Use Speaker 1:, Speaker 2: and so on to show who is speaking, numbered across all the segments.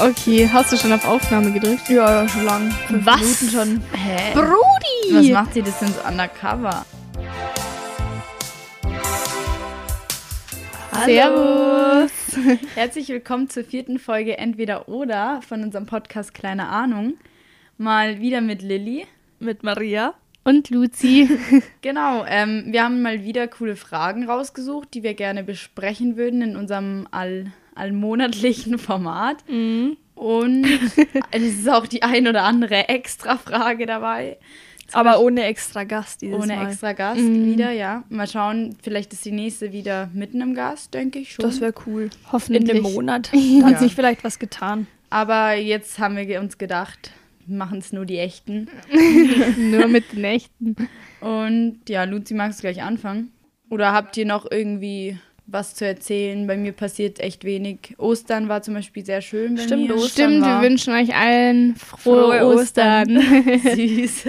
Speaker 1: Okay, hast du schon auf Aufnahme gedrückt?
Speaker 2: Ja, ja, schon lang. Fünf
Speaker 1: Was?
Speaker 2: Minuten schon.
Speaker 3: Hä?
Speaker 1: Brudi!
Speaker 3: Was macht sie das denn so undercover?
Speaker 1: Servus!
Speaker 3: Herzlich willkommen zur vierten Folge Entweder oder von unserem Podcast Kleine Ahnung. Mal wieder mit Lilly.
Speaker 2: Mit Maria.
Speaker 1: Und Luzi.
Speaker 3: Genau, ähm, wir haben mal wieder coole Fragen rausgesucht, die wir gerne besprechen würden in unserem all allmonatlichen Format. Und es ist auch die ein oder andere extra Frage dabei.
Speaker 2: Aber ohne extra Gast dieses
Speaker 3: Ohne
Speaker 2: Mal. Mhm.
Speaker 3: extra Gast wieder, ja. Mal schauen, vielleicht ist die nächste wieder mit einem Gast, denke ich schon.
Speaker 2: Das wäre cool.
Speaker 1: Hoffentlich.
Speaker 2: In dem Monat. Da hat
Speaker 3: Ja.
Speaker 2: sich vielleicht was getan.
Speaker 3: Aber jetzt haben wir ge- uns gedacht, machen es nur die Echten.
Speaker 1: Nur mit den Nächten.
Speaker 3: Und ja, Luzi, magst du gleich anfangen? Oder habt ihr noch irgendwie was zu erzählen? Bei mir passiert echt wenig. Ostern war zum Beispiel sehr schön bei
Speaker 2: Stimmt,
Speaker 3: mir.
Speaker 2: Ostern.
Speaker 1: Stimmt,
Speaker 2: war-
Speaker 1: wir wünschen euch allen frohe,
Speaker 2: Frohe Ostern.
Speaker 1: Ostern.
Speaker 3: Süß.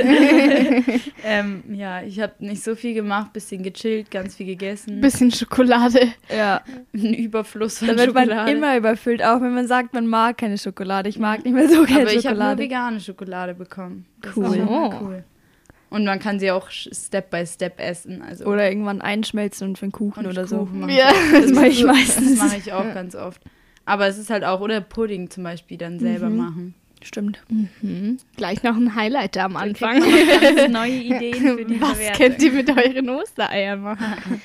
Speaker 3: ähm, ja, ich habe nicht so viel gemacht, bisschen gechillt, ganz viel gegessen.
Speaker 1: Bisschen Schokolade.
Speaker 2: Ja.
Speaker 3: Ein Überfluss von
Speaker 2: Da wird man
Speaker 3: Schokolade.
Speaker 2: immer überfüllt, auch wenn man sagt, man mag keine Schokolade. Ich mag nicht mehr so gerne
Speaker 3: Aber ich habe nur
Speaker 2: Also Schokolade.
Speaker 3: vegane Schokolade bekommen. Das
Speaker 2: Cool.
Speaker 3: Ist immer
Speaker 1: Oh.
Speaker 3: cool. Und man kann sie auch sch- Step by Step essen. Also
Speaker 2: oder irgendwann einschmelzen und für einen Kuchen oder so.
Speaker 3: Kuchen machen.
Speaker 1: Ja.
Speaker 2: Das mache ich
Speaker 3: Das
Speaker 2: meistens.
Speaker 3: mache ich auch ganz oft. Aber es ist halt auch, oder Pudding zum Beispiel dann
Speaker 2: Mhm.
Speaker 3: selber machen.
Speaker 2: Stimmt.
Speaker 1: Mhm. Gleich noch ein Highlighter am Anfang.
Speaker 3: Ganz neue Ideen für die
Speaker 1: Was könnt ihr mit euren Ostereiern machen?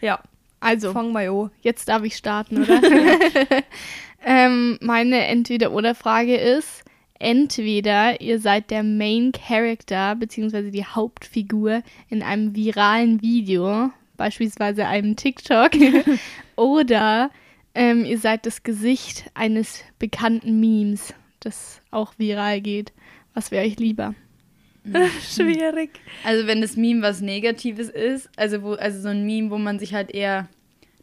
Speaker 2: Ja.
Speaker 1: Also,
Speaker 2: Fong Mayo.
Speaker 1: Jetzt darf ich starten, oder? ähm, meine Entweder-Oder-Frage ist: Entweder ihr seid der Main Character bzw. die Hauptfigur in einem viralen Video, beispielsweise einem TikTok, oder ähm, ihr seid das Gesicht eines bekannten Memes, das auch viral geht. Was wäre euch lieber?
Speaker 2: Schwierig.
Speaker 3: Also wenn das Meme was Negatives ist, also, wo, also so ein Meme, wo man sich halt eher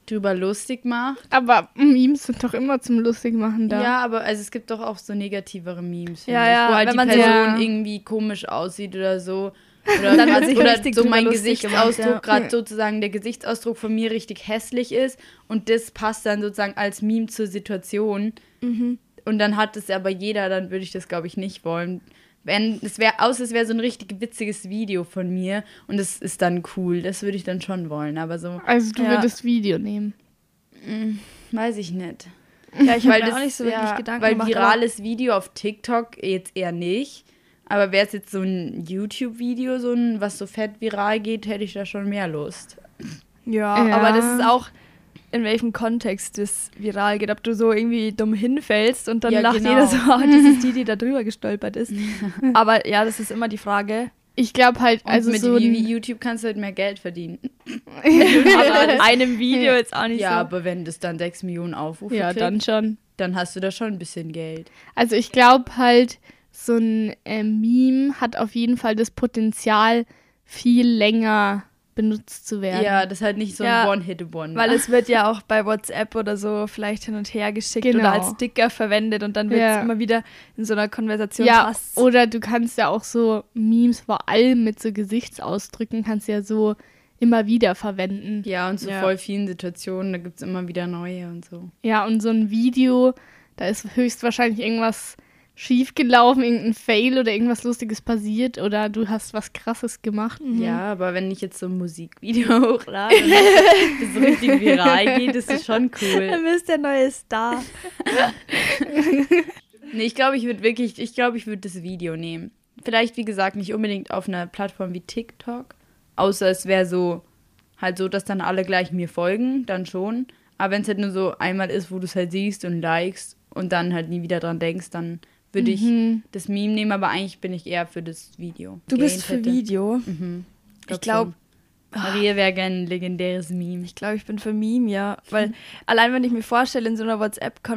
Speaker 3: drüber lustig macht.
Speaker 1: Aber Memes sind doch immer zum Lustigmachen da.
Speaker 3: Ja, aber also es gibt doch auch so negativere Memes, finde
Speaker 2: Ja,
Speaker 3: ich,
Speaker 2: ja,
Speaker 3: wo halt
Speaker 2: wenn
Speaker 3: die
Speaker 2: man
Speaker 3: Person
Speaker 2: sich-
Speaker 1: Ja.
Speaker 3: irgendwie komisch aussieht oder so. Oder,
Speaker 2: Dann wird sich
Speaker 3: oder
Speaker 2: richtig
Speaker 3: so
Speaker 2: drüber
Speaker 3: mein
Speaker 2: lustig gemacht,
Speaker 3: Gesichtsausdruck,
Speaker 2: ja.
Speaker 3: gerade sozusagen der Gesichtsausdruck von mir richtig hässlich ist und das passt dann sozusagen als Meme zur Situation.
Speaker 2: Mhm.
Speaker 3: Und dann hat es aber jeder, dann würde ich das, glaube ich, nicht wollen. Wenn es wäre, außer es wäre so ein richtig witziges Video von mir und es ist dann cool, das würde ich dann schon wollen, aber so
Speaker 1: Also du
Speaker 2: Ja.
Speaker 1: würdest Video nehmen.
Speaker 3: weiß ich nicht.
Speaker 2: Ja, ich habe
Speaker 3: Weil
Speaker 2: mir
Speaker 3: das
Speaker 2: auch nicht so wirklich
Speaker 3: ja,
Speaker 2: Gedanken
Speaker 3: weil
Speaker 2: gemacht. aber-
Speaker 3: virales Video auf TikTok jetzt eher nicht. Aber wäre es jetzt so ein YouTube-Video, so ein, was so fett viral geht, hätte ich da schon mehr Lust.
Speaker 2: Ja,
Speaker 1: Ja.
Speaker 2: aber das ist auch, in welchem Kontext das viral geht. Ob du so irgendwie dumm hinfällst und dann
Speaker 3: Ja,
Speaker 2: lacht
Speaker 3: genau.
Speaker 2: jeder so, ah, das ist die, die da drüber gestolpert ist. aber ja, das ist immer die Frage.
Speaker 1: Ich glaube halt,
Speaker 3: Und
Speaker 1: also
Speaker 3: mit
Speaker 1: so ein-
Speaker 3: YouTube kannst du halt mehr Geld verdienen.
Speaker 2: Aber in einem Video jetzt auch nicht
Speaker 3: ja,
Speaker 2: so.
Speaker 3: aber wenn das dann 6 Millionen Aufrufe
Speaker 1: Ja,
Speaker 3: kriegt,
Speaker 1: dann schon.
Speaker 3: dann hast du da schon ein bisschen Geld.
Speaker 1: Also ich glaube halt, so ein äh, Meme hat auf jeden Fall das Potenzial, viel länger benutzt zu werden.
Speaker 3: Ja, das ist halt nicht so ein
Speaker 2: Ja,
Speaker 3: One-Hit-One.
Speaker 2: Weil es wird ja auch bei WhatsApp oder so vielleicht hin und her geschickt
Speaker 1: Genau.
Speaker 2: oder als Sticker verwendet und dann wird es
Speaker 1: Ja.
Speaker 2: immer wieder in so einer Konversation
Speaker 1: Ja,
Speaker 2: passt.
Speaker 1: oder du kannst ja auch so Memes vor allem mit so Gesichtsausdrücken, kannst du ja so immer wieder verwenden. Ja,
Speaker 3: ja, und zu
Speaker 2: Ja.
Speaker 3: voll vielen Situationen, da gibt es immer wieder neue und so.
Speaker 1: und so ein Video, da ist höchstwahrscheinlich irgendwas schiefgelaufen, irgendein Fail oder irgendwas Lustiges passiert oder du hast was Krasses gemacht.
Speaker 2: Mhm.
Speaker 3: Ja, aber wenn ich jetzt so ein Musikvideo hochlade, ne, das so richtig viral geht, ist das schon cool.
Speaker 2: Dann ist der neue Star.
Speaker 3: Nee, ich glaube, ich würde wirklich, ich glaube, ich würde das Video nehmen. Vielleicht, wie gesagt, nicht unbedingt auf einer Plattform wie TikTok. Außer es wäre so, halt so, dass dann alle gleich mir folgen, dann schon. Aber wenn es halt nur so einmal ist, wo du es halt siehst und likest und dann halt nie wieder dran denkst, dann würde
Speaker 1: Mhm.
Speaker 3: ich das Meme nehmen, aber eigentlich bin ich eher für das Video.
Speaker 2: Du bist
Speaker 3: Gähnt
Speaker 2: für
Speaker 3: hätte.
Speaker 2: Video.
Speaker 3: Mhm.
Speaker 2: Ich glaub-
Speaker 3: schon. Maria wäre gerne ein legendäres Meme.
Speaker 2: Ich glaube, ich bin für Meme, ja. Weil allein, wenn ich mir vorstelle, in so einer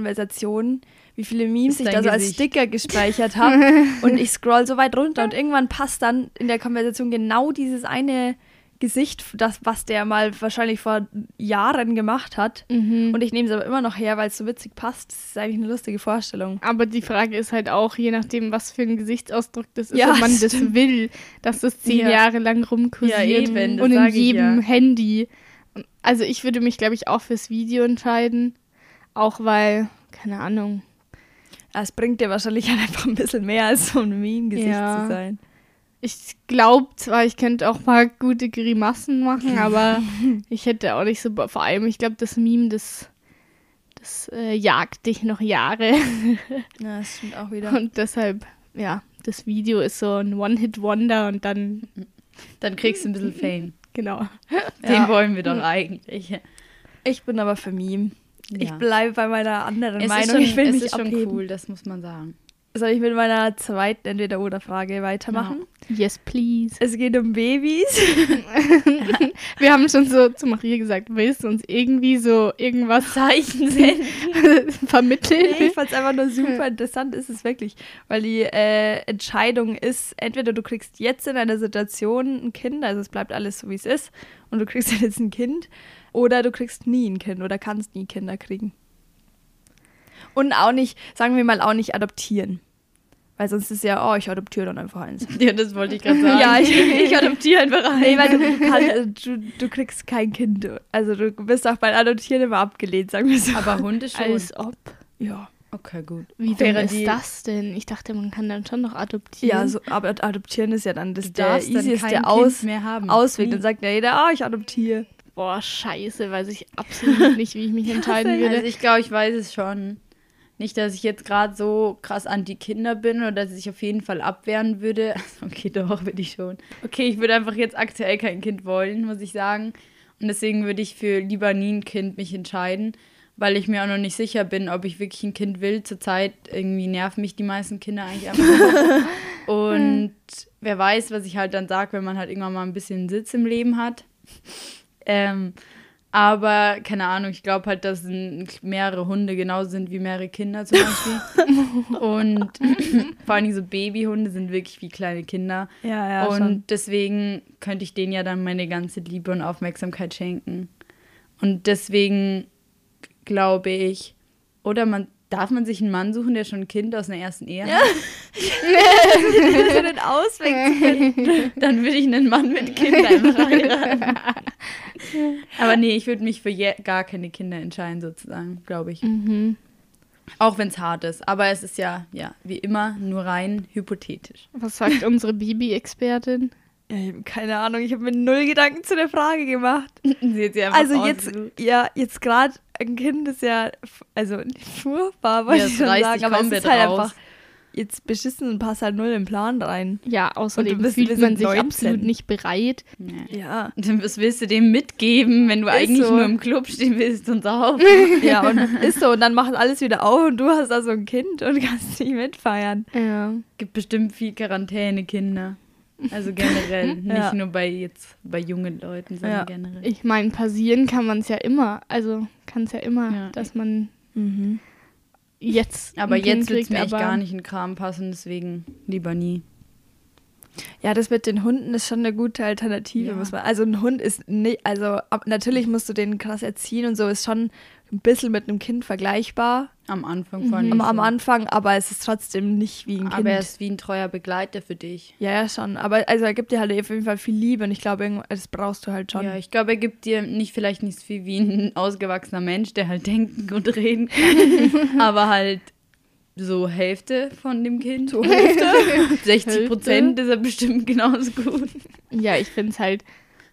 Speaker 2: WhatsApp-Konversation, wie viele Memes
Speaker 3: Ist
Speaker 2: ich da
Speaker 3: dein
Speaker 2: so als
Speaker 3: Gesicht.
Speaker 2: Sticker gespeichert habe und ich scroll so weit runter und irgendwann passt dann in der Konversation genau dieses eine Gesicht, das, was der mal wahrscheinlich vor Jahren gemacht hat.
Speaker 1: Mhm.
Speaker 2: Und ich nehme es aber immer noch her, weil es so witzig passt. Das ist eigentlich eine lustige Vorstellung.
Speaker 1: Aber die Frage ist halt auch, je nachdem, was für ein Gesichtsausdruck das ist,
Speaker 2: Ja,
Speaker 1: ob man das
Speaker 2: stimmt.
Speaker 1: will, dass das zehn
Speaker 3: Ja.
Speaker 1: Jahre lang rumkursiert
Speaker 3: Ja, eben, das
Speaker 1: und in
Speaker 3: sag ich
Speaker 1: jedem
Speaker 3: ja.
Speaker 1: Handy. Und Also ich würde mich, glaube ich, auch fürs Video entscheiden, auch weil, keine Ahnung,
Speaker 2: Es bringt dir wahrscheinlich halt einfach ein bisschen mehr als so ein Meme-Gesicht
Speaker 1: Ja.
Speaker 2: zu sein.
Speaker 1: Ich glaube zwar, ich könnte auch mal gute Grimassen machen, aber ich hätte auch nicht so. Bo- Vor allem, ich glaube, das Meme, das, das äh, jagt dich noch Jahre.
Speaker 2: Ja, das stimmt auch wieder.
Speaker 1: Und deshalb, ja, das Video ist so ein One-Hit-Wonder und dann,
Speaker 3: Dann kriegst du ein bisschen Fame.
Speaker 1: genau.
Speaker 3: Den wollen wir doch eigentlich.
Speaker 2: Ich bin aber für Meme. Ich
Speaker 3: Ja.
Speaker 2: bleibe bei meiner anderen
Speaker 3: Es
Speaker 2: Meinung.
Speaker 3: ist schon,
Speaker 2: ich will
Speaker 3: es
Speaker 2: mich
Speaker 3: ist schon
Speaker 2: abheben.
Speaker 3: cool, das muss man sagen.
Speaker 2: Soll ich mit meiner zweiten Entweder-Oder-Frage weitermachen?
Speaker 1: Yes, please.
Speaker 2: Es geht um Babys.
Speaker 1: Wir haben schon so zu Maria gesagt, willst du uns irgendwie so irgendwas
Speaker 3: Zeichen sind.
Speaker 1: vermitteln?
Speaker 2: Nee, ich fand es einfach nur super interessant, ist es wirklich. Weil die äh, Entscheidung ist, entweder du kriegst jetzt in einer Situation ein Kind, also es bleibt alles so, wie es ist, und du kriegst jetzt ein Kind, oder du kriegst nie ein Kind oder kannst nie Kinder kriegen. Und auch nicht, sagen wir mal, auch nicht adoptieren. Weil sonst ist ja, oh, ich adoptiere dann einfach eins.
Speaker 3: Ja, das wollte ich gerade sagen.
Speaker 2: Ja, ich- ich
Speaker 3: adoptiere einfach ein.
Speaker 2: Nee, weil du, kann, also du, du kriegst kein Kind. Also du bist auch beim Adoptieren immer abgelehnt, sagen wir so.
Speaker 3: Aber Hunde schon.
Speaker 1: Als ob.
Speaker 2: ja.
Speaker 3: okay, gut.
Speaker 1: Wie dumm
Speaker 3: Wäre
Speaker 1: ist
Speaker 3: die-
Speaker 1: das denn? Ich dachte, man kann dann schon noch adoptieren.
Speaker 2: Ja, so, aber adoptieren ist ja dann das
Speaker 3: Mhm. Du
Speaker 2: der
Speaker 3: darfst dann
Speaker 2: easieste
Speaker 3: kein
Speaker 2: Aus,
Speaker 3: Kind mehr haben. Mhm.
Speaker 2: Ausweg.
Speaker 3: Nie.
Speaker 2: Dann sagt ja jeder, ah, ich adoptiere.
Speaker 1: Boah, scheiße, weiß ich absolut nicht, wie ich mich entscheiden
Speaker 3: Also
Speaker 1: würde.
Speaker 3: ich glaube, ich weiß es schon. Nicht, dass ich jetzt gerade so krass anti-Kinder bin oder dass ich auf jeden Fall abwehren würde. Also, Okay, doch, würde ich schon. Okay, ich würde einfach jetzt aktuell kein Kind wollen, muss ich sagen. Und deswegen würde ich für lieber nie ein Kind mich entscheiden, weil ich mir auch noch nicht sicher bin, ob ich wirklich ein Kind will. Zurzeit irgendwie nerven mich die meisten Kinder eigentlich einfach. Und wer weiß, was ich halt dann sage, wenn man halt irgendwann mal ein bisschen Sitz im Leben hat. Ähm, aber keine Ahnung, ich glaube halt, dass ein, mehrere Hunde genauso sind wie mehrere Kinder zum Beispiel. und vor allen Dingen so Babyhunde sind wirklich wie kleine Kinder.
Speaker 2: Ja, ja,
Speaker 3: und
Speaker 2: schon.
Speaker 3: deswegen könnte ich denen ja dann meine ganze Liebe und Aufmerksamkeit schenken. Und deswegen glaube ich, oder man darf man sich einen Mann suchen, der schon ein Kind aus einer ersten Ehe hat?
Speaker 2: Das ist den Ausweg.
Speaker 3: Dann würde ich einen Mann mit Kindern einfach heiraten. Aber nee, ich würde mich für je, gar keine Kinder entscheiden, sozusagen, glaube ich.
Speaker 1: Mhm.
Speaker 3: Auch wenn es hart ist. Aber es ist ja, ja, wie immer, nur rein hypothetisch.
Speaker 1: Was sagt unsere Bibi-Expertin?
Speaker 2: Ja, ich hab keine Ahnung, ich habe mir null Gedanken zu der Frage gemacht.
Speaker 3: Oh
Speaker 2: Also jetzt, ja, jetzt gerade ein Kind ist ja, f- also nicht furchtbar, wollte
Speaker 3: Ja,
Speaker 2: ich
Speaker 3: es
Speaker 2: schon
Speaker 3: reißt
Speaker 2: sagen,
Speaker 3: dich
Speaker 2: aber es
Speaker 3: komplett
Speaker 2: ist halt
Speaker 3: raus.
Speaker 2: einfach jetzt beschissen und passt halt null im Plan rein.
Speaker 1: Ja, außerdem
Speaker 2: Und wir
Speaker 1: fühlt
Speaker 2: sind
Speaker 1: man sich
Speaker 2: 19.
Speaker 1: absolut nicht bereit.
Speaker 3: Nee.
Speaker 2: Ja.
Speaker 3: Was willst du dem mitgeben, wenn du
Speaker 2: Ist
Speaker 3: eigentlich
Speaker 2: so.
Speaker 3: nur im Club stehen willst und saufen?
Speaker 2: Ja, und ist so. Und dann macht alles wieder auf und du hast da so ein Kind und kannst nicht mitfeiern.
Speaker 1: Ja.
Speaker 3: Gibt bestimmt viel Quarantäne-Kinder. Also generell, nicht
Speaker 2: Ja.
Speaker 3: nur bei jetzt bei jungen Leuten, sondern
Speaker 2: Ja.
Speaker 3: generell.
Speaker 1: Ich meine, passieren kann man es ja immer. Also kann es ja immer,
Speaker 3: Ja.
Speaker 1: dass man
Speaker 3: Mhm.
Speaker 1: jetzt.
Speaker 3: Aber
Speaker 1: ein Kind
Speaker 3: jetzt wird es
Speaker 1: kriegt,
Speaker 3: mir echt
Speaker 1: aber-
Speaker 3: gar nicht in den Kram passen, deswegen lieber nie.
Speaker 2: Ja, das mit den Hunden ist schon eine gute Alternative,
Speaker 3: Ja.
Speaker 2: muss man. Also ein Hund ist nicht, also ab, natürlich musst du den krass erziehen und so, ist schon ein bisschen mit einem Kind vergleichbar
Speaker 3: Am Anfang vor allem.
Speaker 2: am,
Speaker 3: nicht
Speaker 2: am
Speaker 3: so.
Speaker 2: Anfang, Mhm. aber es ist trotzdem nicht wie ein Kind.
Speaker 3: Aber er ist wie ein treuer Begleiter für dich.
Speaker 2: ja, ja, schon. Aber also er gibt dir halt auf jeden Fall viel Liebe und ich glaube, irgend- das brauchst du halt schon.
Speaker 3: Ja, ich glaube, er gibt dir nicht vielleicht nicht so viel wie ein ausgewachsener Mensch, der halt denken und reden kann, aber halt so Hälfte von dem Kind. So Hälfte? 60 Prozent ist er bestimmt genauso gut.
Speaker 1: Ja, ich finde es halt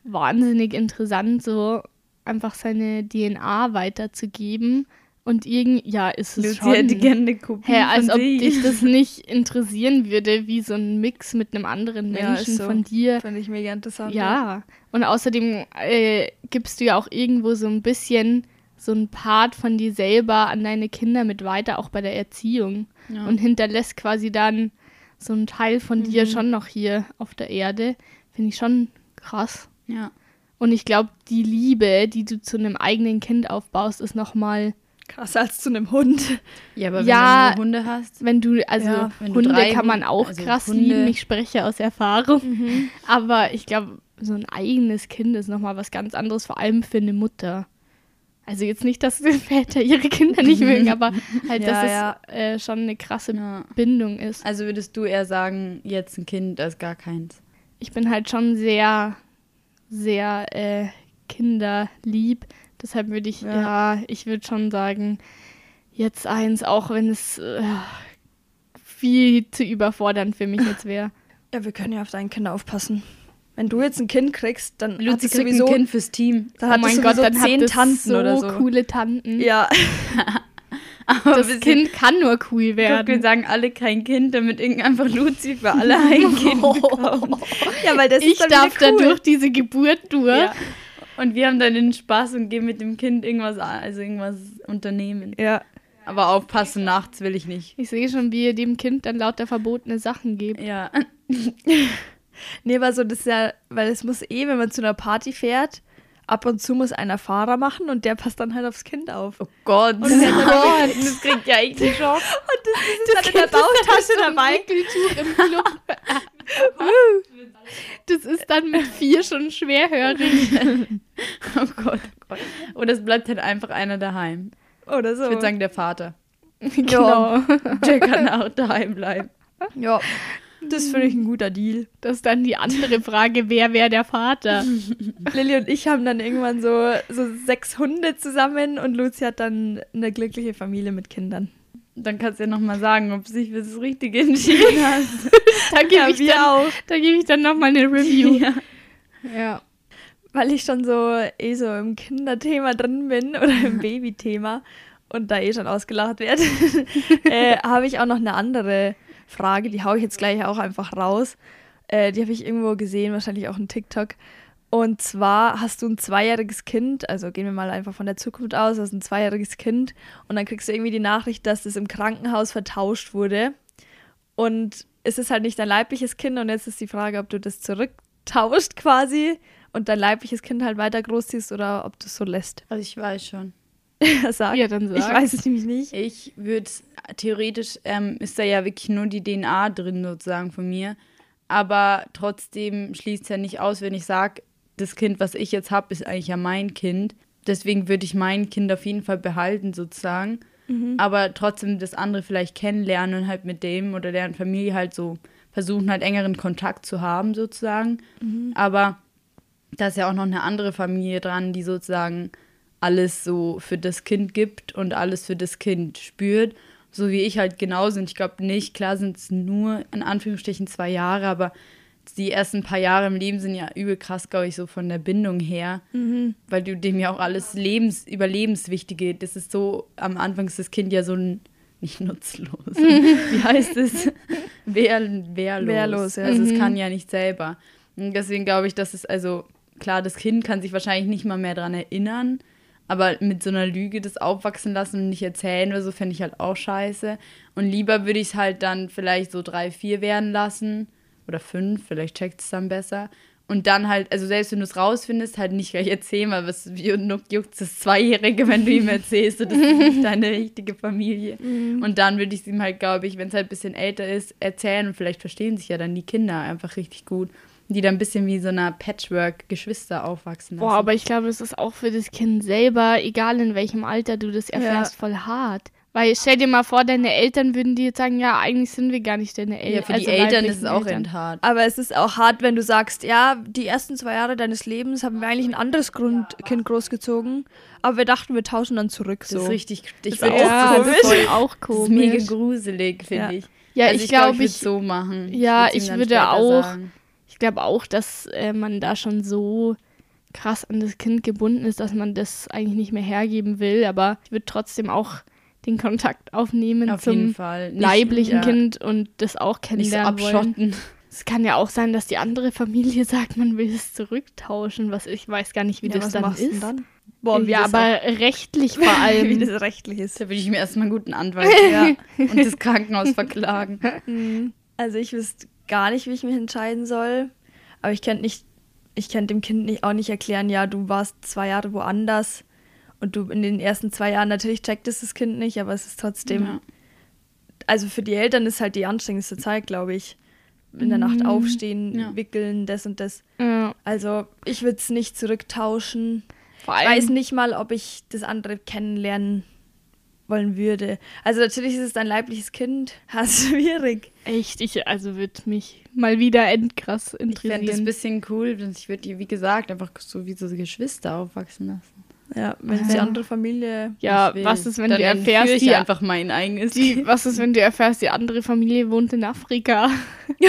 Speaker 1: wahnsinnig interessant, so einfach seine DNA weiterzugeben. Und irgend, ja, ist es
Speaker 3: Lucy hätte
Speaker 1: schon.
Speaker 3: gerne eine Kopie
Speaker 1: Hä, als
Speaker 3: von
Speaker 1: ob
Speaker 3: sich.
Speaker 1: dich das nicht interessieren würde, wie so ein Mix mit einem anderen
Speaker 2: Ja, ist
Speaker 1: Menschen
Speaker 2: so.
Speaker 1: von dir.
Speaker 2: Finde ich mega interessant.
Speaker 1: Ja, und außerdem äh, gibst du ja auch irgendwo so ein bisschen so ein Part von dir selber an deine Kinder mit weiter, auch bei der Erziehung.
Speaker 3: Ja.
Speaker 1: Und hinterlässt quasi dann so einen Teil von dir
Speaker 3: Mhm.
Speaker 1: schon noch hier auf der Erde. Finde ich schon krass.
Speaker 3: ja.
Speaker 1: Und ich glaube, die Liebe, die du zu einem eigenen Kind aufbaust, ist nochmal,
Speaker 2: Krasser als zu einem Hund.
Speaker 3: ja, aber
Speaker 1: Ja.
Speaker 3: wenn du nur Hunde hast.
Speaker 1: wenn du, also
Speaker 2: Ja,
Speaker 3: wenn du
Speaker 1: Hunde
Speaker 3: drei
Speaker 1: kann man
Speaker 3: Hunde-
Speaker 1: auch
Speaker 3: also
Speaker 1: krass
Speaker 3: Hunde- Mhm.
Speaker 1: lieben, ich spreche aus Erfahrung. Aber ich glaube, so ein eigenes Kind ist nochmal was ganz anderes, vor allem für eine Mutter. Also jetzt nicht, dass die Väter ihre Kinder nicht mögen, aber halt,
Speaker 2: Ja,
Speaker 1: dass
Speaker 2: ja.
Speaker 1: es äh, schon eine krasse
Speaker 3: Ja.
Speaker 1: Bindung ist.
Speaker 3: Also würdest du eher sagen, jetzt ein Kind als gar keins.
Speaker 1: Ich bin halt schon sehr, sehr äh, kinderlieb. Deshalb würde ich, ja, ich würde schon sagen, jetzt eins, auch wenn es äh, viel zu überfordern für mich jetzt wäre.
Speaker 2: Ja, wir können ja auf deine Kinder aufpassen. Wenn du jetzt ein Kind kriegst, dann hat
Speaker 3: Luzi
Speaker 2: es
Speaker 3: kriegt ein
Speaker 2: sowieso,
Speaker 3: Kind fürs Team.
Speaker 2: dann hat
Speaker 1: oh
Speaker 2: es
Speaker 1: mein
Speaker 2: sowieso
Speaker 1: Gott, dann
Speaker 2: zehn
Speaker 1: hat das
Speaker 2: Tanten
Speaker 1: so,
Speaker 2: oder so.
Speaker 1: coole Tanten.
Speaker 2: Ja,
Speaker 1: das Kind kann nur cool
Speaker 3: Guck, wir
Speaker 1: werden.
Speaker 3: sagen alle kein Kind, damit irgend einfach Luzi für alle ein Kind bekommt.
Speaker 2: ja, weil das
Speaker 1: Ich
Speaker 2: ist dann
Speaker 1: darf
Speaker 2: wieder
Speaker 1: da
Speaker 2: cool.
Speaker 1: durch diese Geburt durch.
Speaker 3: Ja. Und wir haben dann den Spaß und gehen mit dem Kind irgendwas, an- also irgendwas unternehmen.
Speaker 2: Ja,
Speaker 3: Aber aufpassen, nachts will ich nicht.
Speaker 1: Ich sehe schon, wie ihr dem Kind dann lauter verbotene Sachen gebt.
Speaker 3: Ja.
Speaker 2: nee, war so das ist ja, weil es muss eh, wenn man zu einer Party fährt, ab und zu muss einer Fahrer machen und der passt dann halt aufs Kind auf.
Speaker 3: Oh Gott.
Speaker 2: Und der hat dann-
Speaker 3: Das kriegt ja echt einen Schock.
Speaker 2: Das ist dann in der Bauchtasche dabei.
Speaker 1: Wickeltuch im Club. das ist dann mit vier schon schwerhörig.
Speaker 3: Oh Gott, oh Gott. Oder es bleibt halt einfach einer daheim.
Speaker 2: Oder so.
Speaker 3: Ich würde sagen, der Vater.
Speaker 1: genau.
Speaker 3: Der kann auch daheim bleiben.
Speaker 2: ja, das finde ich ein guter Deal.
Speaker 1: Das ist dann die andere Frage, wer wäre der Vater?
Speaker 2: Lilly und ich haben dann irgendwann so, so sechs Hunde zusammen und Luzi hat dann eine glückliche Familie mit Kindern.
Speaker 3: Dann kannst du ja nochmal sagen, ob du dich für das Richtige entschieden hast.
Speaker 1: Da gebe ich
Speaker 2: wir
Speaker 1: dann,
Speaker 2: auch.
Speaker 1: da gebe ich dann nochmal eine Review.
Speaker 3: ja.
Speaker 1: Ja.
Speaker 2: Weil ich schon so eh so im Kinderthema drin bin oder im Babythema und da eh schon ausgelacht werde, äh, habe ich auch noch eine andere Frage, die haue ich jetzt gleich auch einfach raus. Äh, die habe ich irgendwo gesehen, wahrscheinlich auch in TikTok. Und zwar hast du ein zweijähriges Kind, also gehen wir mal einfach von der Zukunft aus, hast ein zweijähriges Kind und dann kriegst du irgendwie die Nachricht, dass es im Krankenhaus vertauscht wurde. Und es ist halt nicht dein leibliches Kind und jetzt ist die Frage, ob du das zurücktauscht quasi und dein leibliches Kind halt weiter großziehst oder ob du es so lässt.
Speaker 3: Also ich weiß schon.
Speaker 2: Sag.
Speaker 1: Ja, dann
Speaker 2: Ich
Speaker 1: sag.
Speaker 2: weiß es nämlich nicht.
Speaker 3: Ich würde theoretisch ähm, ist da ja wirklich nur die DNA drin sozusagen von mir, aber trotzdem schließt es ja nicht aus, wenn ich sage, das Kind, was ich jetzt habe, ist eigentlich ja mein Kind. Deswegen würde ich mein Kind auf jeden Fall behalten sozusagen, aber trotzdem das andere vielleicht kennenlernen und halt mit dem oder deren Familie halt so versuchen halt engeren Kontakt zu haben sozusagen. Aber da ist ja auch noch eine andere Familie dran, die sozusagen alles so für das Kind gibt und alles für das Kind spürt. So wie ich halt genauso. Und ich glaube nicht, klar sind es nur in Anführungsstrichen zwei Jahre, aber die ersten paar Jahre im Leben sind ja übel krass, glaube ich, so von der Bindung her. Weil du dem ja auch alles Lebens, Überlebenswichtige, das ist so, am Anfang ist das Kind ja so ein, nicht nutzlos, wie heißt es? Wehr, wehrlos.
Speaker 2: Wehrlos, ja.
Speaker 3: Also es kann ja nicht selber. Und deswegen glaube ich, dass es, also klar, das Kind kann sich wahrscheinlich nicht mal mehr dran erinnern, aber mit so einer Lüge das aufwachsen lassen und nicht erzählen oder so, fände ich halt auch scheiße. Und lieber würde ich es halt dann vielleicht so drei, vier werden lassen oder fünf, vielleicht checkt es dann besser. Und dann halt, also selbst wenn du es rausfindest, halt nicht gleich erzählen, weil was juckt juckt das Zweijährige, wenn du ihm erzählst, so, das ist nicht deine richtige Familie.
Speaker 1: Mhm.
Speaker 3: Und dann würde ich es ihm halt, glaube ich, wenn es halt ein bisschen älter ist, erzählen und vielleicht verstehen sich ja dann die Kinder einfach richtig gut, die dann ein bisschen wie so einer Patchwork-Geschwister aufwachsen.
Speaker 1: Boah, aber ich glaube, es ist auch für das Kind selber, egal in welchem Alter du das erfährst, voll hart. Weil stell dir mal vor, deine Eltern würden dir jetzt sagen, ja, eigentlich sind wir gar nicht deine El-
Speaker 3: ja, für die
Speaker 1: also
Speaker 3: Eltern
Speaker 1: leiblichen
Speaker 3: ist es auch
Speaker 1: Eltern.
Speaker 3: echt hart.
Speaker 2: Aber es ist auch hart, wenn du sagst, ja, die ersten zwei Jahre deines Lebens haben wir eigentlich ein anderes Grundkind großgezogen, aber wir dachten, wir tauschen dann zurück. So.
Speaker 3: Das ist richtig, ich
Speaker 2: ist
Speaker 3: würde
Speaker 2: auch
Speaker 3: das
Speaker 1: Ja,
Speaker 3: so
Speaker 1: das
Speaker 2: komisch.
Speaker 1: ist voll auch
Speaker 3: Das ist
Speaker 1: komisch.
Speaker 3: mega gruselig, finde
Speaker 2: Ja.
Speaker 3: ich.
Speaker 1: Ja,
Speaker 3: also
Speaker 1: ich
Speaker 3: ich glaube,
Speaker 1: glaub,
Speaker 3: ich würde
Speaker 1: ich-
Speaker 3: es so machen.
Speaker 1: Ja,
Speaker 3: würd's ihm
Speaker 1: ich
Speaker 3: dann
Speaker 1: würde
Speaker 3: später
Speaker 1: auch-
Speaker 3: Sagen.
Speaker 1: Ich glaube auch, dass äh, man da schon so krass an das Kind gebunden ist, dass man das eigentlich nicht mehr hergeben will. Aber ich würde trotzdem auch den Kontakt aufnehmen
Speaker 3: Auf jeden
Speaker 1: zum
Speaker 3: Fall. Nicht-
Speaker 1: leiblichen
Speaker 3: ja,
Speaker 1: Kind und das auch
Speaker 3: Nicht so
Speaker 1: kennenlernen wollen.
Speaker 3: abschotten.
Speaker 1: Es kann ja auch sein, dass die andere Familie sagt, man will es zurücktauschen, was ich weiß gar nicht, wie
Speaker 2: Ja,
Speaker 1: das
Speaker 2: was
Speaker 1: dann
Speaker 2: machst du denn
Speaker 1: ist.
Speaker 2: dann? Boah, wie
Speaker 1: ja,
Speaker 2: das
Speaker 1: aber rechtlich vor
Speaker 2: auch, wie
Speaker 1: allem.
Speaker 2: das rechtlich ist.
Speaker 3: Da würde ich mir erstmal einen guten Anwalt
Speaker 2: Ja.
Speaker 3: und das Krankenhaus verklagen.
Speaker 2: Also ich wüsste gar nicht, wie ich mich entscheiden soll. Aber ich könnte nicht, ich könnte dem Kind nicht, auch nicht erklären, ja, du warst zwei Jahre woanders und du in den ersten zwei Jahren natürlich checkt es das Kind nicht, aber es ist trotzdem.
Speaker 3: Ja.
Speaker 2: Also für die Eltern ist halt die anstrengendste Zeit, glaube ich. In der Nacht aufstehen,
Speaker 3: Mm, Ja.
Speaker 2: wickeln, das und das.
Speaker 1: Ja,
Speaker 2: Also ich würde es nicht zurücktauschen.
Speaker 1: vor
Speaker 2: Ich
Speaker 1: allem
Speaker 2: weiß nicht mal, ob ich das andere kennenlernen wollen würde. Also natürlich ist es dein leibliches Kind. Ja, ist schwierig.
Speaker 1: echt, ich also würde mich mal wieder endkrass
Speaker 3: Ich fände das ein
Speaker 1: interessieren.
Speaker 3: bisschen cool, denn ich würde die, wie gesagt, einfach so wie so Geschwister aufwachsen lassen.
Speaker 2: Ja, wenn es die andere Familie.
Speaker 1: Ja,
Speaker 3: Ich will.
Speaker 1: was ist, wenn
Speaker 3: Dann
Speaker 1: du
Speaker 3: entführe
Speaker 1: erfährst,
Speaker 3: ich
Speaker 1: die,
Speaker 3: einfach mein eigenes.
Speaker 1: die, was ist, wenn du erfährst, die andere Familie wohnt in Afrika?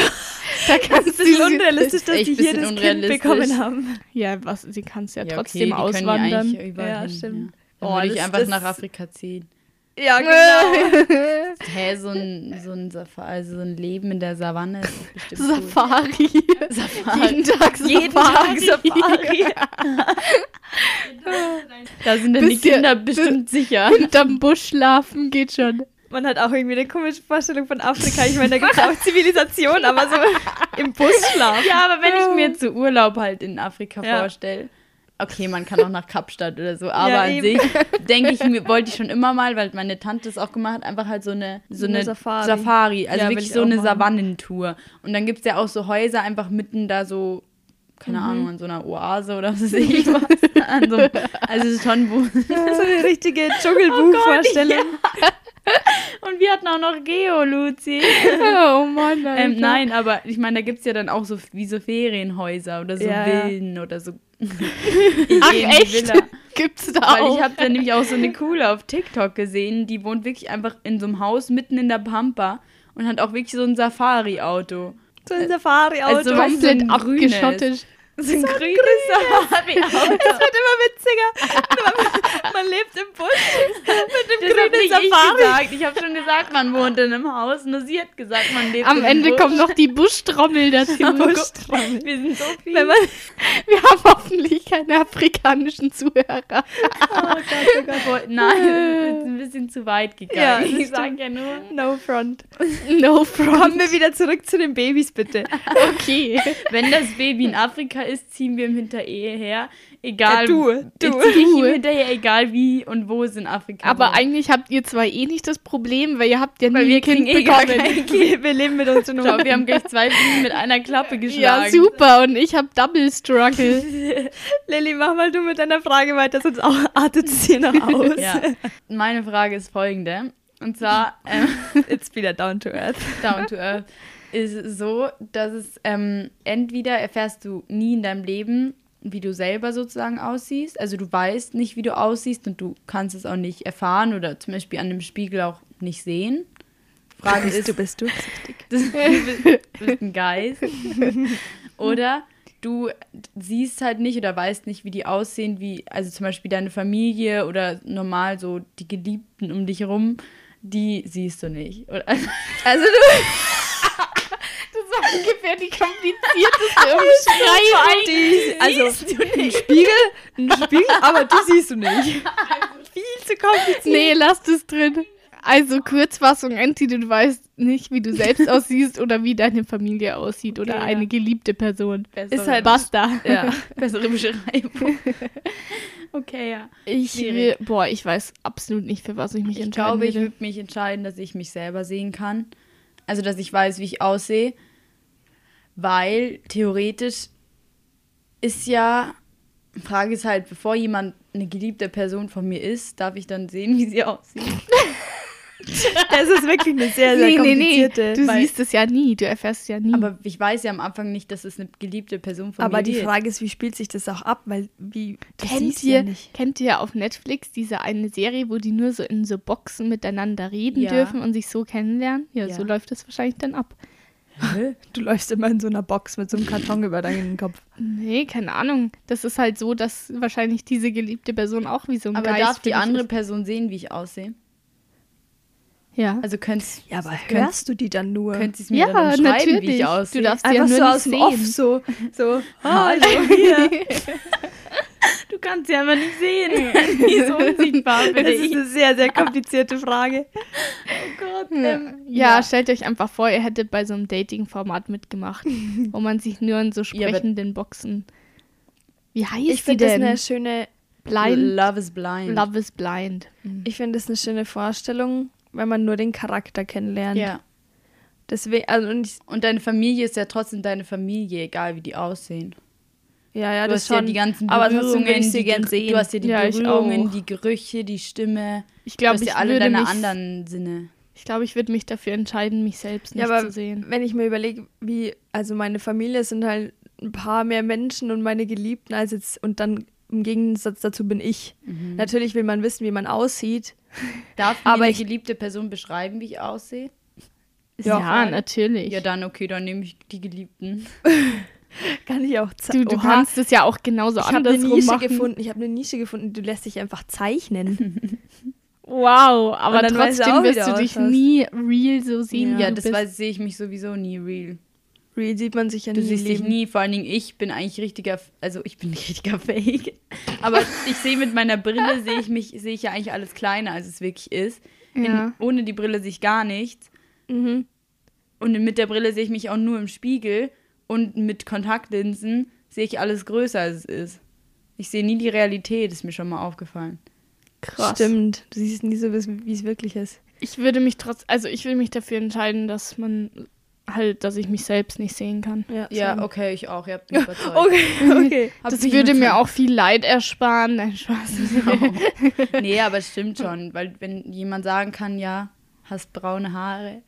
Speaker 1: da kannst
Speaker 2: Es
Speaker 3: Also,
Speaker 2: ist
Speaker 1: du sie,
Speaker 2: unrealistisch, dass
Speaker 3: echt
Speaker 2: die hier
Speaker 3: bisschen
Speaker 2: das Kind
Speaker 3: unrealistisch.
Speaker 2: bekommen haben.
Speaker 1: ja, was, sie kannst ja,
Speaker 3: Ja,
Speaker 1: trotzdem
Speaker 3: okay, die können
Speaker 1: auswandern.
Speaker 3: eigentlich äh, überall
Speaker 2: Ja,
Speaker 3: hin,
Speaker 2: stimmt.
Speaker 3: Dann
Speaker 2: Oh,
Speaker 3: würde ich
Speaker 2: das-
Speaker 3: einfach
Speaker 2: das-
Speaker 3: nach Afrika ziehen.
Speaker 2: Ja, genau.
Speaker 3: Hä, so ein, so ein, Safa- also so ein Leben in der Savanne ist doch bestimmt cool.
Speaker 1: Safari. Jeden Tag Safari.
Speaker 2: Jeden Tag Safari.
Speaker 3: Da sind dann die
Speaker 1: Bisschen-
Speaker 3: Kinder bestimmt sicher.
Speaker 1: Hinterm Busch schlafen geht schon.
Speaker 2: Man hat auch irgendwie eine komische Vorstellung von Afrika. Ich meine, da gibt es auch Zivilisation, aber so im Bus schlafen.
Speaker 3: Ja, aber wenn ich mir zu Urlaub halt in Afrika
Speaker 2: Ja.
Speaker 3: vorstelle. Okay, man kann auch nach Kapstadt oder so, aber an sich
Speaker 2: eben.
Speaker 3: denke ich mir, wollte ich schon immer mal, weil meine Tante es auch gemacht hat, einfach halt so eine, so
Speaker 2: Eine
Speaker 3: eine,
Speaker 2: Safari.
Speaker 3: Safari. also
Speaker 2: Ja, will
Speaker 3: wirklich
Speaker 2: ich
Speaker 3: so
Speaker 2: auch
Speaker 3: eine
Speaker 2: machen.
Speaker 3: Savannentour. Und dann gibt es ja auch so Häuser einfach mitten da so, keine Ahnung, an so einer Oase oder was weiß ich was. An so einem, also es ist schon, wo,
Speaker 2: So eine richtige
Speaker 3: Oh
Speaker 2: Dschungelbuch-Vorstellung.
Speaker 3: Und wir hatten auch noch Geo, Luzi.
Speaker 1: Oh Mann, Alter.
Speaker 3: Ähm, nein, aber ich meine, da gibt es ja dann auch so wie so Ferienhäuser oder so
Speaker 2: Ja, ja.
Speaker 3: Villen oder so.
Speaker 1: Ach
Speaker 3: Ideen,
Speaker 1: echt?
Speaker 3: Villa.
Speaker 1: Gibt's da
Speaker 3: Weil
Speaker 1: auch?
Speaker 3: ich habe da nämlich auch so eine coole auf TikTok gesehen, die wohnt wirklich einfach in so einem Haus mitten in der Pampa und hat auch wirklich so ein Safari-Auto.
Speaker 2: So ein Safari-Auto.
Speaker 3: Also,
Speaker 2: das wird
Speaker 3: weißt so
Speaker 1: komplett
Speaker 3: ein grünes.
Speaker 1: abgeschottet.
Speaker 3: So ein grünes Safari-Auto.
Speaker 2: immer witziger. Man lebt im Bus.
Speaker 3: Das hab
Speaker 2: grünes
Speaker 3: nicht ich
Speaker 2: Safari.
Speaker 3: gesagt. Ich habe schon gesagt, man wohnt in einem Haus, nur sie hat gesagt, man lebt in
Speaker 1: Am
Speaker 3: einem
Speaker 1: Ende
Speaker 3: Busch.
Speaker 1: kommt noch die Buschtrommel dazu.
Speaker 3: Wir sind so viel.
Speaker 2: Wenn man,
Speaker 1: Wir haben hoffentlich keine afrikanischen Zuhörer.
Speaker 3: Oh Nein, das ist ein bisschen zu weit gegangen.
Speaker 2: Ja, das
Speaker 3: ich sag
Speaker 2: stimmt.
Speaker 3: ja nur.
Speaker 2: no front.
Speaker 1: No
Speaker 2: Kommen
Speaker 1: front.
Speaker 2: wir wieder zurück zu den Babys, bitte. Äh,
Speaker 1: Okay.
Speaker 3: Wenn das Baby in Afrika ist, ziehen wir ihm hinterher her. Egal.
Speaker 2: Ja, du, du.
Speaker 3: Zieh ich
Speaker 1: Du.
Speaker 3: ihm hinterher, egal wie und wo es in Afrika
Speaker 1: Aber
Speaker 3: war.
Speaker 1: eigentlich habt ihr zwar eh nicht das Problem, weil ihr habt ja nie
Speaker 3: Genau. Weil wir
Speaker 1: ein Kind
Speaker 3: kriegen eh gar
Speaker 1: bekommen.
Speaker 3: kein
Speaker 2: Wir, wir leben mit unseren
Speaker 3: Schau,
Speaker 2: Hunden.
Speaker 3: wir haben gleich zwei Fliegen mit einer Klappe geschlagen.
Speaker 1: ja, super. Und ich hab Double Struggle.
Speaker 2: Lilly, mach mal du mit deiner Frage weiter, sonst au- artet es hier noch aus.
Speaker 3: Ja. Meine Frage ist folgende. Und zwar, ähm,
Speaker 2: It's wieder down to earth.
Speaker 3: down to earth, ist so, dass es ähm, entweder erfährst du nie in deinem Leben, wie du selber sozusagen aussiehst. Also du weißt nicht, wie du aussiehst und du kannst es auch nicht erfahren oder zum Beispiel an dem Spiegel auch nicht sehen. Frage ist,
Speaker 2: du bist du.
Speaker 3: das, du bist- du bist ein Geist. Oder du siehst halt nicht oder weißt nicht, wie die aussehen, wie, also zum Beispiel deine Familie oder normal so die Geliebten um dich herum, die siehst du nicht. Oder, also du
Speaker 1: Das war ungefähr die komplizierteste Umschreibung.
Speaker 2: Die, also ein Spiegel, ein Spiegel, aber die siehst du nicht. Viel zu kompliziert.
Speaker 1: Nee, lass das drin. Also Kurzfassung, entweder du weißt nicht, wie du selbst aussiehst oder wie deine Familie aussieht oder
Speaker 2: Ja.
Speaker 1: eine geliebte Person.
Speaker 3: Bessere-
Speaker 1: Ist halt basta.
Speaker 3: Ja, bessere Beschreibung. Okay, ja.
Speaker 1: Ich will,
Speaker 3: Schwierig.
Speaker 1: boah, ich weiß absolut nicht, für was ich mich
Speaker 3: Ich
Speaker 1: entscheiden
Speaker 3: glaube, ich
Speaker 1: würde.
Speaker 3: würde mich entscheiden, dass ich mich selber sehen kann. Also, dass ich weiß, wie ich aussehe. Weil theoretisch ist ja, Frage ist halt, bevor jemand eine geliebte Person von mir ist, darf ich dann sehen, wie sie aussieht.
Speaker 2: Das ist wirklich eine sehr, sehr
Speaker 1: nee, nee, nee,
Speaker 2: komplizierte.
Speaker 1: du
Speaker 3: weil-
Speaker 1: siehst es ja nie, du erfährst es ja nie.
Speaker 3: Aber ich weiß ja am Anfang nicht, dass es eine geliebte Person von
Speaker 2: aber
Speaker 3: mir
Speaker 2: die
Speaker 3: wird.
Speaker 2: Frage ist, wie spielt sich das auch ab? Weil wie du
Speaker 1: kennt
Speaker 2: siehst ja
Speaker 1: ihr,
Speaker 2: nicht.
Speaker 1: kennt ihr auf Netflix diese eine Serie, wo die nur so in so Boxen miteinander reden
Speaker 3: Ja.
Speaker 1: dürfen und sich so kennenlernen? Ja,
Speaker 3: Ja.
Speaker 1: so läuft das wahrscheinlich dann ab.
Speaker 2: Du läufst immer in so einer Box mit so einem Karton über deinen Kopf.
Speaker 1: Nee, keine Ahnung. Das ist halt so, dass wahrscheinlich diese geliebte Person auch wie so ein
Speaker 3: aber
Speaker 1: Geist
Speaker 3: darf
Speaker 1: für
Speaker 3: die
Speaker 1: dich
Speaker 3: andere
Speaker 1: ist.
Speaker 3: Person sehen, wie ich aussehe?
Speaker 1: Ja.
Speaker 3: Also könntest
Speaker 2: Ja, aber
Speaker 3: könnt-
Speaker 2: hörst du die dann nur?
Speaker 3: könntest du es mir
Speaker 1: ja,
Speaker 3: dann schreiben,
Speaker 1: natürlich.
Speaker 3: wie ich aussehe?
Speaker 1: du darfst ja
Speaker 2: Einfach
Speaker 1: nur
Speaker 2: so
Speaker 1: nicht
Speaker 2: aus dem
Speaker 1: sehen.
Speaker 2: Off, so, so, oh, hallo,
Speaker 3: also, Du kannst ja immer nicht sehen. die ist unsichtbar für
Speaker 2: Das ist
Speaker 3: dich.
Speaker 2: eine sehr, sehr komplizierte Frage.
Speaker 3: Oh Gott.
Speaker 1: Ähm, ja, stellt euch einfach vor, ihr hättet bei so einem Dating-Format mitgemacht, wo man sich nur in so
Speaker 3: Ja, aber-
Speaker 1: sprechenden Boxen. Wie heißt
Speaker 2: Ich
Speaker 1: die
Speaker 2: finde das
Speaker 1: denn?
Speaker 2: eine schöne,
Speaker 1: blind.
Speaker 3: Love is blind.
Speaker 1: Love is blind.
Speaker 2: ich finde das eine schöne Vorstellung, wenn man nur den Charakter kennenlernt.
Speaker 3: Ja.
Speaker 2: Deswegen, also und ich,
Speaker 3: Und deine Familie ist ja trotzdem deine Familie, egal wie die aussehen.
Speaker 2: ja, ja,
Speaker 3: Du
Speaker 2: das
Speaker 3: hast
Speaker 2: schon.
Speaker 3: ja die ganzen
Speaker 2: aber trotzdem
Speaker 3: Berührungen,
Speaker 2: würde ich sie
Speaker 3: die
Speaker 2: gern
Speaker 3: Gerü-
Speaker 2: sehen.
Speaker 3: Du hast ja die
Speaker 1: Ja, ich auch.
Speaker 3: Berührungen, die Gerüche, die Stimme. Du
Speaker 1: Ich glaube,
Speaker 3: hast
Speaker 1: ich,
Speaker 3: ja alle
Speaker 1: würde
Speaker 3: deine
Speaker 1: mich-
Speaker 3: anderen Sinne.
Speaker 1: ich, glaube, ich würde mich dafür entscheiden, mich selbst nicht
Speaker 2: ja, aber
Speaker 1: zu sehen.
Speaker 2: wenn ich mir überlege, wie, also meine Familie sind halt ein paar mehr Menschen und meine Geliebten als jetzt, und dann im Gegensatz dazu bin ich.
Speaker 3: Mhm.
Speaker 2: Natürlich will man wissen, wie man aussieht.
Speaker 3: Darf mir
Speaker 2: Aber
Speaker 3: eine
Speaker 2: ich-
Speaker 3: geliebte Person beschreiben, wie ich aussehe?
Speaker 1: Ja,
Speaker 2: Ja.
Speaker 1: natürlich.
Speaker 3: Ja, dann okay, dann nehme ich die Geliebten.
Speaker 2: Kann ich auch
Speaker 1: du
Speaker 2: zeigen.
Speaker 1: du kannst es ja auch genauso
Speaker 2: ich hab eine
Speaker 1: andersrum
Speaker 2: Nische
Speaker 1: machen.
Speaker 2: gefunden. Ich habe eine Nische gefunden. Du lässt dich einfach zeichnen.
Speaker 1: Wow, aber
Speaker 2: Und dann weißt du
Speaker 1: trotzdem
Speaker 2: auch, wie
Speaker 1: wirst
Speaker 2: du
Speaker 1: du dich
Speaker 2: ausschaust.
Speaker 1: nie real so sehen, wie
Speaker 3: Ja,
Speaker 1: du
Speaker 3: das
Speaker 1: bist.
Speaker 3: weiß- sehe ich mich sowieso nie real.
Speaker 2: Real sieht man sich ja
Speaker 3: Du
Speaker 2: nie
Speaker 3: siehst dich
Speaker 2: leben.
Speaker 3: nie, vor allen Dingen ich bin eigentlich richtiger, also ich bin richtiger Fake. Aber ich sehe mit meiner Brille, sehe ich mich, sehe ich ja eigentlich alles kleiner, als es wirklich ist.
Speaker 1: Ja.
Speaker 3: In, ohne die Brille sehe ich gar nichts.
Speaker 2: Mhm.
Speaker 3: Und mit der Brille sehe ich mich auch nur im Spiegel. Und mit Kontaktlinsen sehe ich alles größer, als es ist. Ich sehe nie die Realität, ist mir schon mal aufgefallen.
Speaker 1: Krass.
Speaker 2: Stimmt. Du siehst nie so, wie es wirklich ist.
Speaker 1: Ich würde mich trotz, also ich würde mich dafür entscheiden, dass man halt, dass ich mich selbst nicht sehen kann.
Speaker 3: Ja,
Speaker 2: same.
Speaker 3: okay, ich auch. Ihr habt mich überzeugt.
Speaker 2: Okay, okay.
Speaker 3: Hab
Speaker 1: das
Speaker 3: mich
Speaker 1: würde mir
Speaker 3: überzeugt.
Speaker 1: auch viel Leid ersparen. Nein, Spaß.
Speaker 3: Nee, aber es stimmt schon, weil wenn jemand sagen kann, ja, hast braune Haare,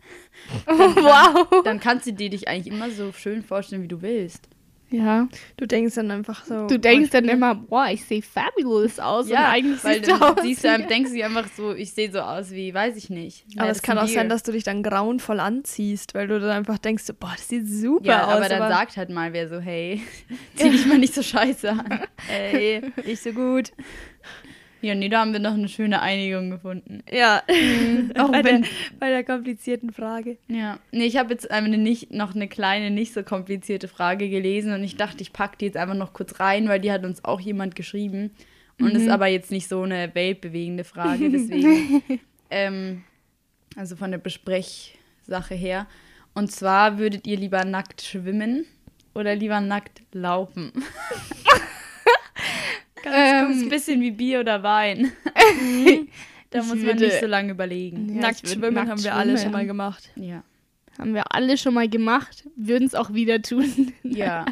Speaker 2: Oh,
Speaker 1: wow.
Speaker 3: dann kannst du dir dich eigentlich immer so schön vorstellen, wie du willst.
Speaker 1: Ja.
Speaker 2: Du denkst dann einfach so. oh,
Speaker 1: Du denkst dann immer, boah, ich sehe fabulous aus. und eigentlich
Speaker 3: weil
Speaker 1: siehst du
Speaker 3: dann
Speaker 1: aus
Speaker 3: siehst
Speaker 1: wie-
Speaker 3: du, denkst du einfach so, ich sehe so aus wie, weiß ich nicht.
Speaker 2: Aber es
Speaker 3: Madison
Speaker 2: kann auch
Speaker 3: Beer.
Speaker 2: sein, dass du dich dann grauenvoll anziehst, weil du dann einfach denkst, so, boah, das sieht super
Speaker 3: ja,
Speaker 2: aus.
Speaker 3: aber dann sagt halt mal wer so, hey, zieh dich mal nicht so scheiße an.
Speaker 2: ey, nicht so gut.
Speaker 3: Ja, nee, da haben wir noch eine schöne Einigung gefunden.
Speaker 2: Ja, auch bei,
Speaker 3: wenn-
Speaker 2: der, bei der komplizierten Frage.
Speaker 3: Ja. Nee, ich habe jetzt eine nicht, noch eine kleine, nicht so komplizierte Frage gelesen und ich
Speaker 1: Mhm.
Speaker 3: dachte, ich packe die jetzt einfach noch kurz rein, weil die hat uns auch jemand geschrieben. Und
Speaker 1: Mhm.
Speaker 3: ist aber jetzt nicht so eine weltbewegende Frage, deswegen. ähm, also von der Besprechsache her. Und zwar würdet ihr lieber nackt schwimmen oder lieber nackt laufen? das ist ein
Speaker 1: ähm,
Speaker 3: bisschen wie Bier oder Wein. da
Speaker 1: Ich
Speaker 3: muss man
Speaker 1: würde-
Speaker 3: nicht so lange überlegen.
Speaker 1: Ja,
Speaker 2: nackt
Speaker 1: ich würd
Speaker 2: schwimmen
Speaker 1: nackt
Speaker 2: haben wir alle
Speaker 1: schwimmen.
Speaker 2: schon mal gemacht.
Speaker 3: Ja.
Speaker 1: haben wir alle schon mal gemacht, würden es auch wieder tun.
Speaker 3: Ja.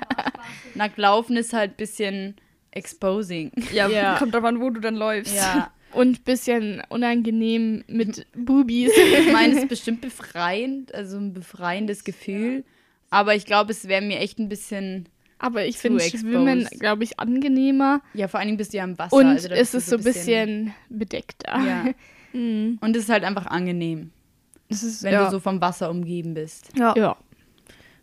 Speaker 3: Nackt laufen ist halt ein bisschen exposing.
Speaker 2: Ja,
Speaker 1: Ja.
Speaker 2: kommt drauf an, wo du dann läufst.
Speaker 3: Ja.
Speaker 1: Und ein bisschen unangenehm mit Boobies.
Speaker 3: Ich meine, es ist bestimmt befreiend, also ein befreiendes Gefühl. Aber ich glaube, es wäre mir echt ein bisschen.
Speaker 1: Aber ich
Speaker 3: Zu
Speaker 1: finde
Speaker 3: exposed.
Speaker 1: Schwimmen, glaube ich, angenehmer.
Speaker 3: Ja, vor allen Dingen bist du ja im Wasser.
Speaker 1: Und
Speaker 3: also da
Speaker 1: es
Speaker 3: bist du
Speaker 1: ist so ein bisschen, bedeckter.
Speaker 3: Ja.
Speaker 2: Mhm.
Speaker 3: Und es ist halt einfach angenehm,
Speaker 2: Das ist,
Speaker 3: wenn
Speaker 2: ja.
Speaker 3: du so vom Wasser umgeben bist.
Speaker 2: ja.
Speaker 1: ja.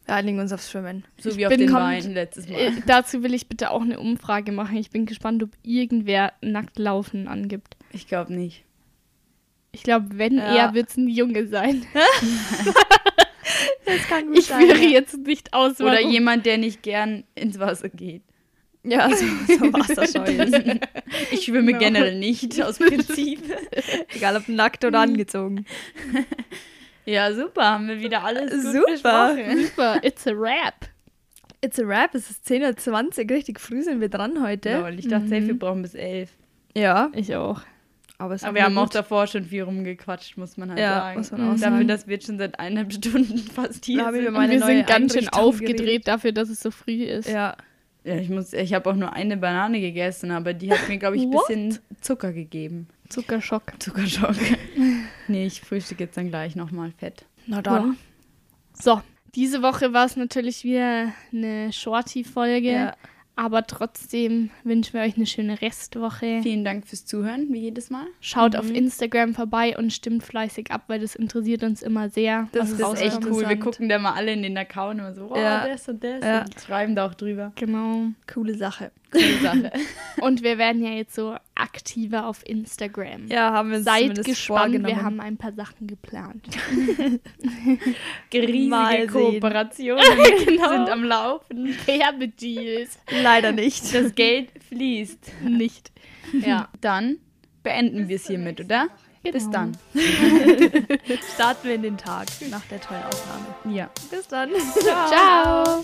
Speaker 2: Wir einigen uns aufs Schwimmen.
Speaker 3: So wie
Speaker 1: Ich
Speaker 3: auf
Speaker 1: bin
Speaker 3: den
Speaker 1: kommt-
Speaker 3: Wein letztes Mal.
Speaker 1: Äh, dazu will ich bitte auch eine Umfrage machen. Ich bin gespannt, ob irgendwer nackt laufen angibt.
Speaker 3: Ich glaube nicht.
Speaker 1: Ich glaube, wenn
Speaker 2: Ja.
Speaker 1: er, wird es ein Junge sein.
Speaker 2: Das kann
Speaker 1: Ich führe jetzt nicht aus,
Speaker 3: Oder
Speaker 1: warum.
Speaker 3: jemand, der nicht gern ins Wasser geht.
Speaker 2: Ja, so, so Wasserscheu.
Speaker 3: Ich schwimme
Speaker 1: Genau.
Speaker 3: generell nicht, aus Prinzip.
Speaker 2: Egal ob nackt oder angezogen.
Speaker 3: Ja, super, haben wir wieder alles gut
Speaker 2: Super.
Speaker 3: besprochen.
Speaker 1: Super, it's a rap.
Speaker 2: It's a wrap, es ist 10.20 Uhr, richtig früh sind wir dran heute.
Speaker 3: Lol, ich dachte, safe, wir brauchen bis elf.
Speaker 2: Ja,
Speaker 1: Ich auch.
Speaker 2: Mhm. aber es
Speaker 3: Aber wir haben auch
Speaker 2: gut.
Speaker 3: davor schon viel rumgequatscht, muss man halt
Speaker 2: Ja,
Speaker 3: sagen.
Speaker 2: muss man auch
Speaker 3: Dafür,
Speaker 2: sagen.
Speaker 3: dass wir jetzt schon seit eineinhalb Stunden fast hier
Speaker 2: Da habe ich
Speaker 3: sind.
Speaker 2: mir Meine
Speaker 1: wir
Speaker 2: neue
Speaker 1: sind ganz schön
Speaker 2: Einrichtung
Speaker 1: aufgedreht
Speaker 2: geredet.
Speaker 1: dafür, dass es so früh ist.
Speaker 2: Ja,
Speaker 3: Ja, ich muss, ich habe auch nur eine Banane gegessen, aber die hat mir, glaube ich, ein
Speaker 1: What?
Speaker 3: bisschen Zucker gegeben.
Speaker 1: Zuckerschock.
Speaker 3: Zuckerschock. nee, ich frühstücke jetzt dann gleich nochmal fett.
Speaker 2: na dann.
Speaker 1: Ja. So, diese Woche war es natürlich wieder eine Shorty-Folge.
Speaker 2: Ja.
Speaker 1: Aber trotzdem wünschen wir euch eine schöne Restwoche.
Speaker 3: Vielen Dank fürs Zuhören, wie jedes Mal.
Speaker 1: Schaut auf Instagram vorbei und stimmt fleißig ab, weil das interessiert uns immer sehr.
Speaker 3: Also, Das
Speaker 1: was
Speaker 3: ist echt
Speaker 1: rauskommt.
Speaker 3: cool. Wir
Speaker 2: interessant.
Speaker 3: gucken da mal alle in den Account und immer so, wow,
Speaker 2: Ja.
Speaker 3: das und das.
Speaker 2: Ja.
Speaker 3: Und schreiben da auch drüber.
Speaker 1: Genau.
Speaker 2: Coole Sache.
Speaker 3: Coole Sache.
Speaker 1: Und wir werden ja jetzt so aktiver auf Instagram.
Speaker 2: Ja, haben wir uns
Speaker 1: Seid
Speaker 2: zumindest
Speaker 1: gespannt,
Speaker 2: vorgenommen.
Speaker 1: wir haben ein paar Sachen geplant.
Speaker 2: Mal
Speaker 3: Riesige
Speaker 2: sehen. Genau.
Speaker 3: Kooperationen sind am Laufen.
Speaker 1: Werbedeals.
Speaker 2: leider nicht.
Speaker 3: Das Geld fließt.
Speaker 1: Nicht. Ja.
Speaker 3: Dann beenden wir es hiermit, oder? Bis
Speaker 1: Genau.
Speaker 3: dann.
Speaker 2: starten wir in den Tag nach der tollen Aufnahme.
Speaker 3: Ja.
Speaker 2: Bis dann.
Speaker 1: Ciao.